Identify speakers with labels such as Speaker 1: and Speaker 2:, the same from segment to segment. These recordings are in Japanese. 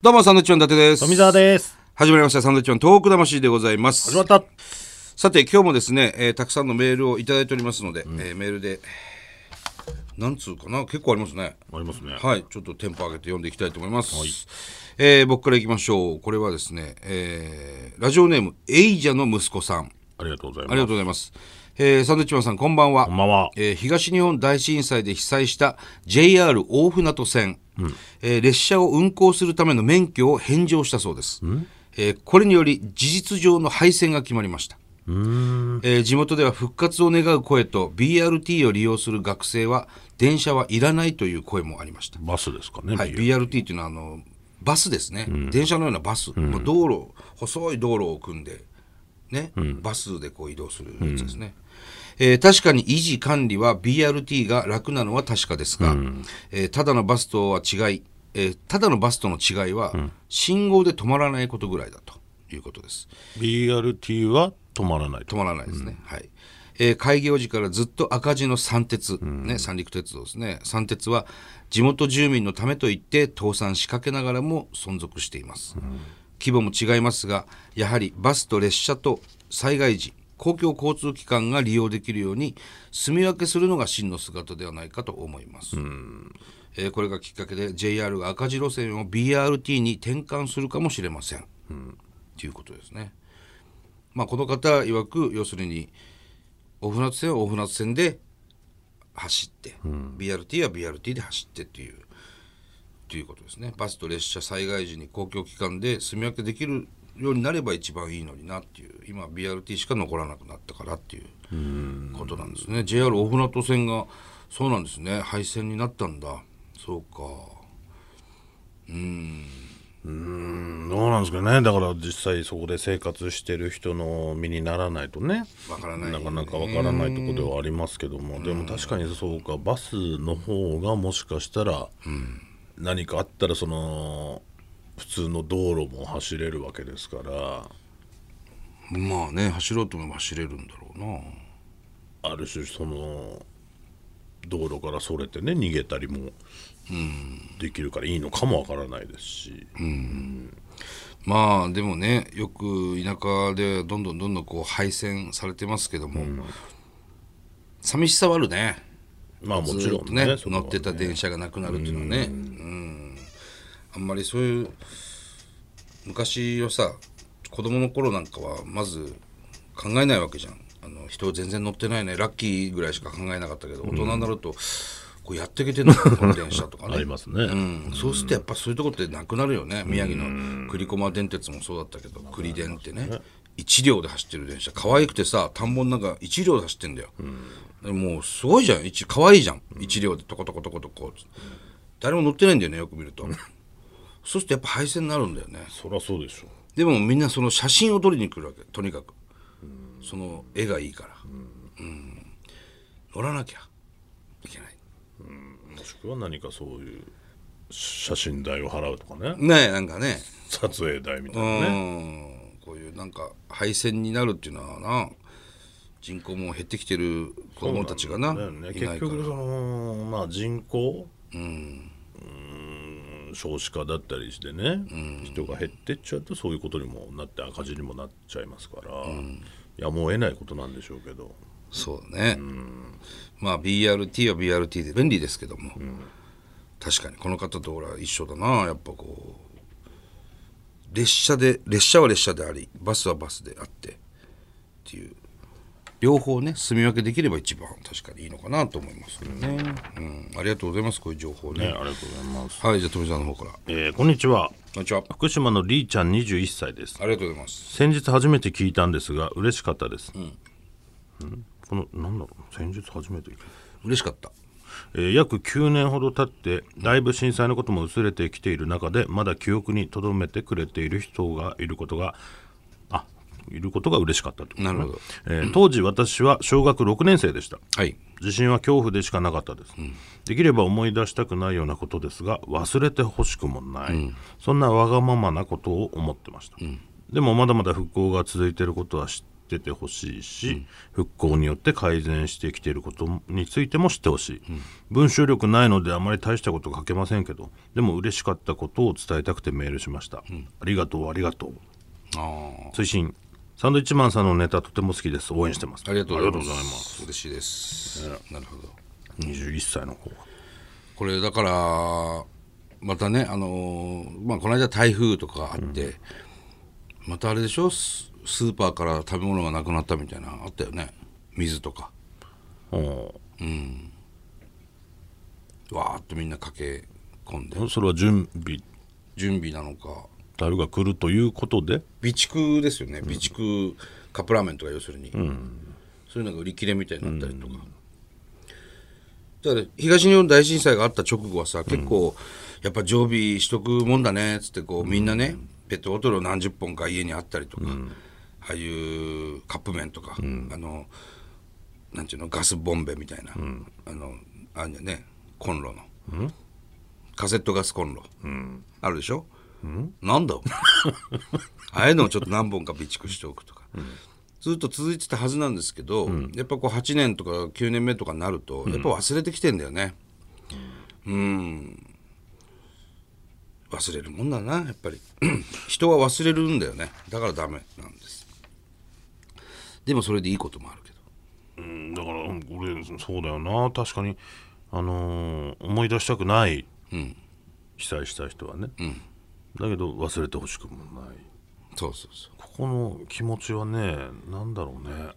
Speaker 1: どうも、サンドイッチマン伊達です。
Speaker 2: 富澤です。
Speaker 1: 始まりました、サンドイッチマントーク魂でございます
Speaker 2: 始ま。った。
Speaker 1: さて、今日もですね、えーたくさんのメールをいただいておりますので、えーメールで、何通かな結構ありますね。
Speaker 2: ありますね
Speaker 1: はい、ちょっとテンポ上げて読んでいきたいと思います。えー僕からいきましょう。これはですね、えーラジオネーム、エイジャの息子さん。
Speaker 2: ありがとうござい
Speaker 1: あ
Speaker 2: ま
Speaker 1: り
Speaker 2: す。
Speaker 1: がとうございます。えーサンドイッチマンさん、こんばんは。
Speaker 2: こんばんは。
Speaker 1: えー東日本大震災で被災した JR 大船渡線、えー列車を運行するための免許を返上したそうです、えーこれにより事実上の廃線が決まりましたえー地元では復活を願う声と BRT を利用する学生は電車はいらないという声もありました
Speaker 2: バスですかね。
Speaker 1: はい、BRT っていうのはあのバスですね、電車のようなバス、もう道路細い道路を組んで、ねバスでこう移動するやつですね、えー確かに維持管理は BRT が楽なのは確かですが、えーただのバスとは違い、えーただのバスとの違いは、信号で止まらないことぐらいだということです
Speaker 2: BRT は止まらないと。
Speaker 1: 止まらないですね、はいえー開業時からずっと赤字の三鉄、ね、三陸鉄道ですね三鉄は地元住民のためと言って倒産しかけながらも存続しています、規模も違いますがやはりバスと列車と災害時公共交通機関が利用できるように住み分けするのが真の姿ではないかと思います、えーこれがきっかけで JR が赤字路線を BRT に転換するかもしれません、ということですね。まあ、この方曰く要するに大船渡線は大船渡線で走って、BRT は BRT で走ってっていうということですねバスと列車災害時に公共機関で住み分けできるようになれば一番いいのになっていう今 BRT しか残らなくなったからっていうことなんですね JR 大船渡線がそうなんですね廃線になったんだそうか
Speaker 2: うんどうなんですかね。だから実際そこで生活してる人の身にならないとね。
Speaker 1: わからない
Speaker 2: なかなかわからないとこではありますけども、でも確かにそうか。バスの方がもしかしたら何かあったらその普通の道路も走れるわけですから。
Speaker 1: まあね走ろうと思えば走れるんだろうな
Speaker 2: ある種その道路からそれてね逃げたりもできるからいいのかもわからないですし、
Speaker 1: まあでもねよく田舎でどんどんどんどんこう廃線されてますけども、寂しさはあるね
Speaker 2: まあもち
Speaker 1: ず
Speaker 2: ろ
Speaker 1: っ
Speaker 2: ん
Speaker 1: と
Speaker 2: ね
Speaker 1: ね
Speaker 2: そこは
Speaker 1: 乗ってた電車がなくなるっていうのはねうんあんまりそういう昔はさ子供の頃なんかはまず考えないわけじゃんあの人全然乗ってないねラッキーぐらいしか考えなかったけど大人になると、こうやってきてんのかこの電車とかね
Speaker 2: ありますね、
Speaker 1: うん、そうするとやっぱそういうとこってなくなるよね、宮城の栗駒電鉄もそうだったけど、栗電ってね1両で走ってる電車可愛くてさ田んぼの中1両で走ってんだよ、でもうすごいじゃん一可愛いじゃん、1両でトコトコトコトコ、誰も乗ってないんだよねよく見ると、そうするとやっぱ廃線になるんだよね
Speaker 2: そりゃそうでしょ
Speaker 1: でもみんなその写真を撮りに来るわけとにかく、その絵がいいから、うん乗らなきゃいけない
Speaker 2: もしくは何かそういう写真代を払うとかね
Speaker 1: ねえなんかね
Speaker 2: 撮影代みたいなね
Speaker 1: うんこういうなんか廃線になるっていうのはな人口も減ってきてる子供たちがな
Speaker 2: だよね
Speaker 1: いな
Speaker 2: 結
Speaker 1: いから
Speaker 2: 局そのまあ人口うん少子化だったりしてね、人が減ってっちゃうとそういうことにもなって赤字にもなっちゃいますから、いやもう得ないことなんでしょうけど
Speaker 1: そうだね、まあ BRT は BRT で便利ですけども、確かにこの方と俺は一緒だなやっぱこう列車で列車は列車でありバスはバスであってっていう両方ね住み分けできれば一番確かにいいのかなと思いますけどね、うんありがとうございますこういう情報
Speaker 2: ねあ
Speaker 1: ね
Speaker 2: りがとうございます、
Speaker 1: はいじゃあ富澤の方からこ
Speaker 2: えーこんにちは
Speaker 1: んにちは
Speaker 2: 福島のりーちゃん21歳です
Speaker 1: ありがとうございます。
Speaker 2: 先日初めて聞いたんですが嬉しかったです、んこのなんだろう先日初めて聞いた
Speaker 1: 嬉しかった。
Speaker 2: えー約9年ほど経ってだいぶ震災のことも薄れてきている中でまだ記憶に留めてくれている人がいることがあいることが嬉しかったと、
Speaker 1: なるほど。
Speaker 2: えー当時私は小学6年生でした
Speaker 1: はい。
Speaker 2: 地震は恐怖でしかなかったです、できれば思い出したくないようなことですが忘れてほしくもない、そんなわがままなことを思ってました、でもまだまだ復興が続いていることは知っててほしいし、復興によって改善してきていることについても知ってほしい、文章力ないのであまり大したこと書けませんけどでも嬉しかったことを伝えたくてメールしました、ありがとうありがとう
Speaker 1: あー
Speaker 2: 推進サンドイッチマンさんのネタとても好きです応援してます
Speaker 1: ありがとうございます
Speaker 2: ありが
Speaker 1: 嬉しいです、なるほど
Speaker 2: とうございます21歳の子が
Speaker 1: これだからまたねあのーまあこの間台風とかがあって、またあれでしょススーパーから食べ物がなくなったみたいなのあったよね水とか
Speaker 2: お
Speaker 1: わーっとみんな駆け込んで
Speaker 2: ーそれは準備
Speaker 1: 準備なのか
Speaker 2: たるが来るということで
Speaker 1: 備蓄ですよね備蓄カップラーメンとか要するに、そういうのが売り切れみたいになったりとか、だから東日本大震災があった直後はさ結構やっぱ常備しとくもんだねっつってこうみんなね、ペットボトルを何十本か家にあったりとか、ああいうカップ麺とか、あのなんていうのガスボンベみたいな、あのあんじゃねコンロの、カセットガスコンロ、あるでしょ、なんだああいうのをちょっと何本か備蓄しておくとか、ずっと続いてたはずなんですけど、やっぱこう8年とか9年目とかになると、やっぱ忘れてきてんだよねうん忘れるもんだなやっぱり 人は忘れるんだよねだからダメなんですでもそれでいいこともあるけど
Speaker 2: うんだからうん俺そうだよな確かにあのー思い出したくない、被災した人はね、だけど忘れてほしくもない
Speaker 1: そうそうそう
Speaker 2: ここの気持ちはねなんだろうね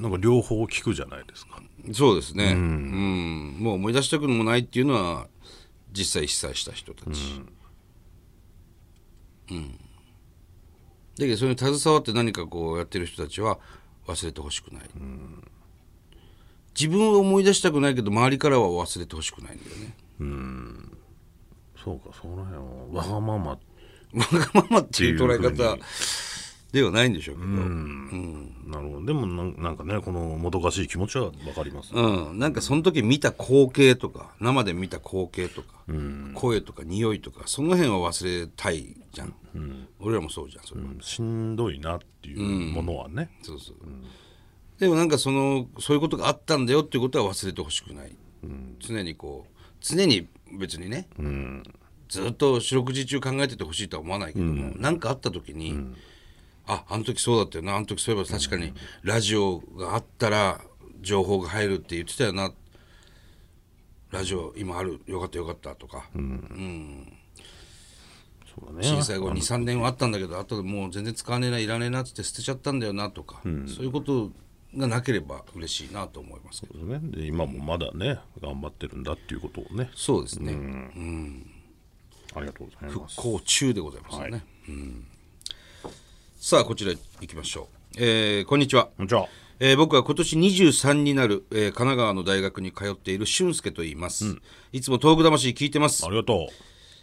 Speaker 2: なんか両方聞くじゃないですか
Speaker 1: そうですね、うんもう思い出したくもないっていうのは実際被災した人たち、うんだけどそれに携わって何かこうやってる人たちは忘れてほしくない、自分を思い出したくないけど周りからは忘れてほしくないんだよね
Speaker 2: そうかその辺はわがまま
Speaker 1: わがままっていう捉え方ではないんでしょうけど、
Speaker 2: なるほどでもなんなんかねこのもどかしい気持ちはわかります、
Speaker 1: うん、なんかその時見た光景とか生で見た光景とか、声とか匂いとかその辺は忘れたいじゃん、俺らもそうじゃんそれは、
Speaker 2: うんしんどいなっていうものはね、
Speaker 1: そうそう、でもなんかそのそういうことがあったんだよっていうことは忘れてほしくない、常にこう常に別にね、ずっと四六時中考えててほしいとは思わないけども、なんかあった時に、ああの時そうだったよなあの時そういえば確かにラジオがあったら情報が入るって言ってたよなラジオ今あるよかったよかったとか、
Speaker 2: そうだね
Speaker 1: 震災後23年はあったんだけどあとでもう全然使わねえないらねえなっつって捨てちゃったんだよなとか、そういうことがなければ嬉しいなと思いますけど
Speaker 2: ね、で今もまだね頑張ってるんだっていうことをね
Speaker 1: そうですね、
Speaker 2: ありがとうございます
Speaker 1: こう中でございますよね、うんさあこちら行きましょう、えーこんにちは、
Speaker 2: じゃあ
Speaker 1: えー僕は今年23になる、えー神奈川の大学に通っている俊介と言います、いつも東北魂聞いてます
Speaker 2: ありがと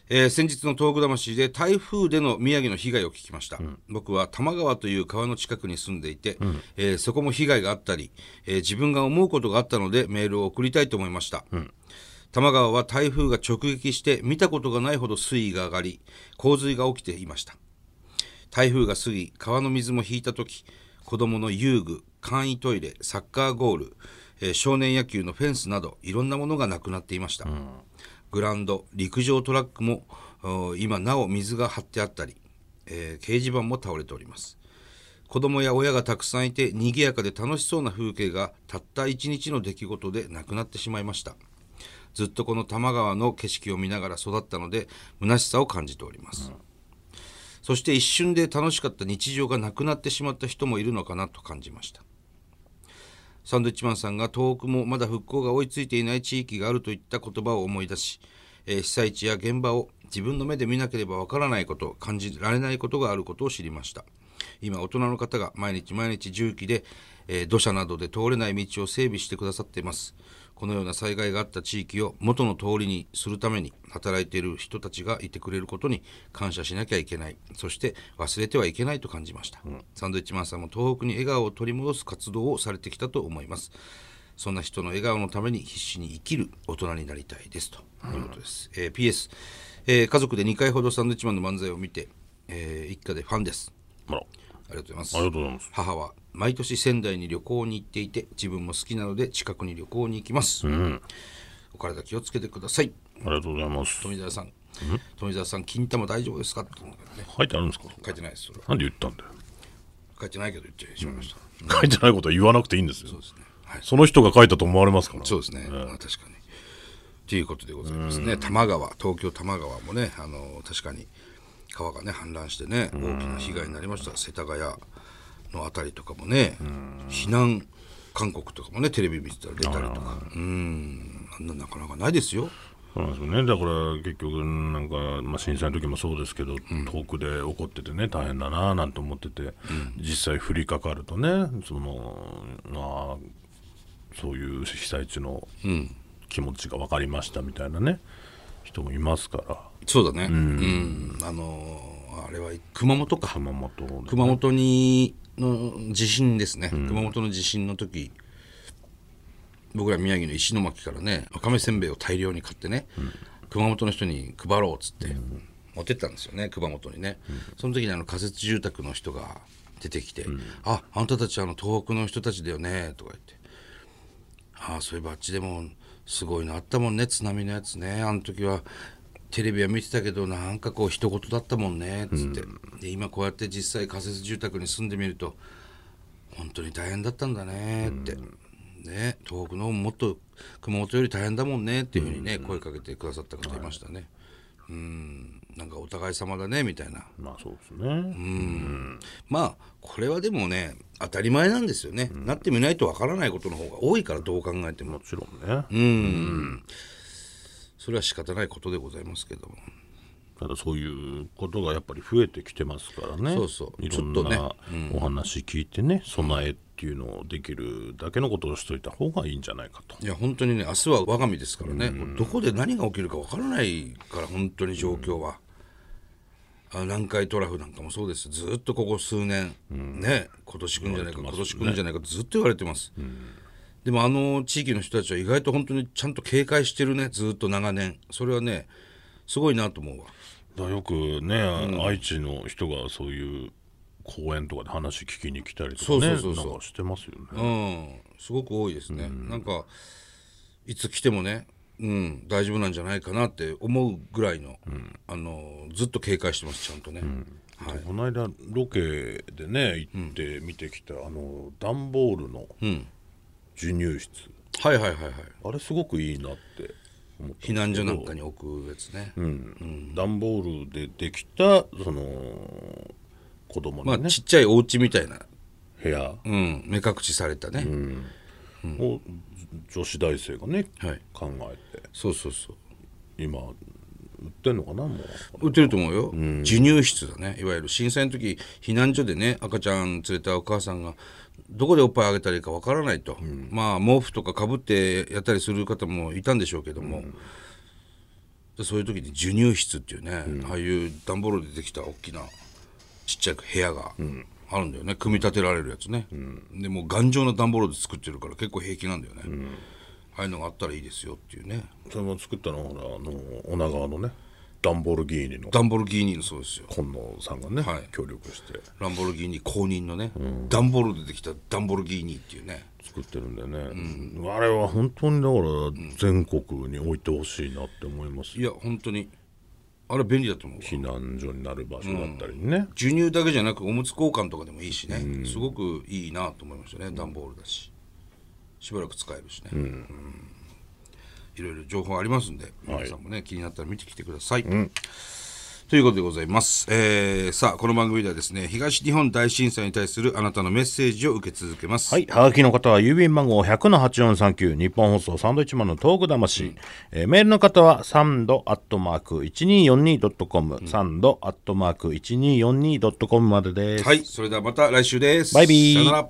Speaker 1: えー先日の東北魂で台風での宮城の被害を聞きました、僕は多摩川という川の近くに住んでいて、えーそこも被害があったり、えー自分が思うことがあったのでメールを送りたいと思いました、多摩川は台風が直撃して見たことがないほど水位が上がり洪水が起きていました台風が過ぎ川の水も引いた時子供の遊具簡易トイレサッカーゴール、えー少年野球のフェンスなどいろんなものがなくなっていました、グラウンド陸上トラックもお今なお水が張ってあったり、えー掲示板も倒れております子供や親がたくさんいて賑やかで楽しそうな風景がたった一日の出来事でなくなってしまいましたずっとこの多摩川の景色を見ながら育ったので虚しさを感じております、そして一瞬で楽しかった日常がなくなってしまった人もいるのかなと感じましたサンドイッチマンさんが東北もまだ復興が追いついていない地域があるといった言葉を思い出し、えー被災地や現場を自分の目で見なければわからないこと感じられないことがあることを知りました今大人の方が毎日毎日重機で、えー土砂などで通れない道を整備してくださっていますこのような災害があった地域を元の通りにするために働いている人たちがいてくれることに感謝しなきゃいけないそして忘れてはいけないと感じました、サンドイッチマンさんも東北に笑顔を取り戻す活動をされてきたと思いますそんな人の笑顔のために必死に生きる大人になりたいですということです、えー PS、えー家族で2回ほどサンドイッチマンの漫才を見て、えー一家でファンです
Speaker 2: うあら
Speaker 1: ありがとうございます
Speaker 2: ありがとうございます
Speaker 1: 母は毎年仙台に旅行に行っていて自分も好きなので近くに旅行に行きます、お体気をつけてください
Speaker 2: ありがとうございます
Speaker 1: 富澤さん富澤さん金玉大丈夫ですかって、ね、
Speaker 2: 書いてあるんですか
Speaker 1: 書いてないですそれは
Speaker 2: なんで言ったんだよ
Speaker 1: 書いてないけど言ってしまいました、
Speaker 2: 書いてないことは言わなくていいんですよ
Speaker 1: そうですねはい
Speaker 2: その人が書いたと思われますから
Speaker 1: そうですね、まあ、確かにということでございますね多摩川東京多摩川もねあの確かに川がね氾濫してね大きな被害になりました世田谷の辺りとかもね避難勧告とかもねテレビ見てたら出たりとかうんあんななかなかないですよ
Speaker 2: そうなんですよねだから結局なんか、まあ、震災の時もそうですけど、遠くで起こっててね大変だななんて思ってて、実際降りかかるとねそのあーそういう被災地の気持ちが分かりましたみたいなね人もいますから
Speaker 1: そうだねうんあのあれは熊本か
Speaker 2: 熊本で、ね、
Speaker 1: 熊本にの地震ですね、熊本の地震の時僕ら宮城の石巻からねわかめせんべいを大量に買ってね、熊本の人に配ろうっつって、持ってったんですよね熊本にね、その時にあの仮設住宅の人が出てきて「ああんたたちあの東北の人たちだよね」とか言って「ああそういえばあっちでもすごいのあったもんね津波のやつねあの時はテレビは見てたけどなんかこう一言だったもんね」っつって、で今こうやって実際仮設住宅に住んでみると本当に大変だったんだねって、ね東北のもっと熊本より大変だもんねっていうふうにね、声かけてくださった方いましたね、うんなんかお互い様だねみたいな
Speaker 2: まあそうですね、
Speaker 1: まあこれはでもね当たり前なんですよね、なってみないとわからないことの方が多いからどう考えても
Speaker 2: もちろんね、
Speaker 1: それは仕方ないことでございますけども
Speaker 2: ただそういうことがやっぱり増えてきてますからね
Speaker 1: そうそう
Speaker 2: いろん
Speaker 1: ちょ
Speaker 2: なお話聞いてね備えっていうのをできるだけのことをしといた方がいいんじゃないかと
Speaker 1: いや本当にね明日は我が身ですからね、どこで何が起きるかわからないから本当に状況は、あ南海トラフなんかもそうですずっとここ数年、ね今年来るんじゃないか、今年来るんじゃないかとずっと言われてます、でもあの地域の人たちは意外と本当にちゃんと警戒してるねずっと長年それはねすごいなと思うわ
Speaker 2: だからよくね、愛知の人がそういう公園とかで話聞きに来たりとか
Speaker 1: そうそ
Speaker 2: ね
Speaker 1: うそうそう
Speaker 2: なんかしてますよね
Speaker 1: うん、すごく多いですね、なんかいつ来てもね、うん、大丈夫なんじゃないかなって思うぐらいの、あのずっと警戒してますちゃんとね、はい、
Speaker 2: この間ロケでね行って見てきた、あの段ボールの授乳室、
Speaker 1: はいはいはいはい
Speaker 2: あれすごくいいなって思って
Speaker 1: 避難所なんかに置くやつね、
Speaker 2: 段ボールでできたその子供
Speaker 1: まあ
Speaker 2: のね、
Speaker 1: ちっちゃいお家みたいな、
Speaker 2: 部屋
Speaker 1: うん、目隠しされたね、
Speaker 2: を女子大生がね、
Speaker 1: はい
Speaker 2: 考えて
Speaker 1: そうそうそう
Speaker 2: 今売ってんのかなもう
Speaker 1: 売ってると思うよ、授乳室だねいわゆる震災の時避難所でね赤ちゃん連れたお母さんがどこでおっぱいあげたらいいかわからないと、まあ毛布とかかぶってやったりする方もいたんでしょうけども、でそういう時に授乳室っていうね、ああいう段ボールでできた大きなちっちゃい部屋があるんだよね組み立てられるやつね、でもう頑丈な段ボールで作ってるから結構平気なんだよね、ああいうのがあったらいいですよっていうね
Speaker 2: それも作ったのはほらあの女川のねダンボルギーニの
Speaker 1: ダンボルギーニのそうですよ
Speaker 2: 今野さんがね、
Speaker 1: はい
Speaker 2: 協力して
Speaker 1: ランボルギーニ公認のね、ダンボールでできたダンボルギーニっていうね
Speaker 2: 作ってるんだよね、あれは本当にだから全国に置いてほしいなって思います
Speaker 1: い
Speaker 2: よ
Speaker 1: や本当にあれ便利だと思う
Speaker 2: 避難所になる場所だったりね、
Speaker 1: 授乳だけじゃなくおむつ交換とかでもいいしね、すごくいいなと思いましたね段ボールだししばらく使えるしね、うんいろいろ情報ありますんで皆さんもね、気になったら見てきてください、ということでございます、えーさあこの番組ではですね東日本大震災に対するあなたのメッセージを受け続けます、
Speaker 2: はい、はがきの方は郵便番号100の8439日本放送サンドイッチマンのトーク魂、えーメールの方はサンドアットマーク 1242.com、サンドアットマーク 1242.com までです。
Speaker 1: はい、それではまた来週です。
Speaker 2: バイビー
Speaker 1: さよなら。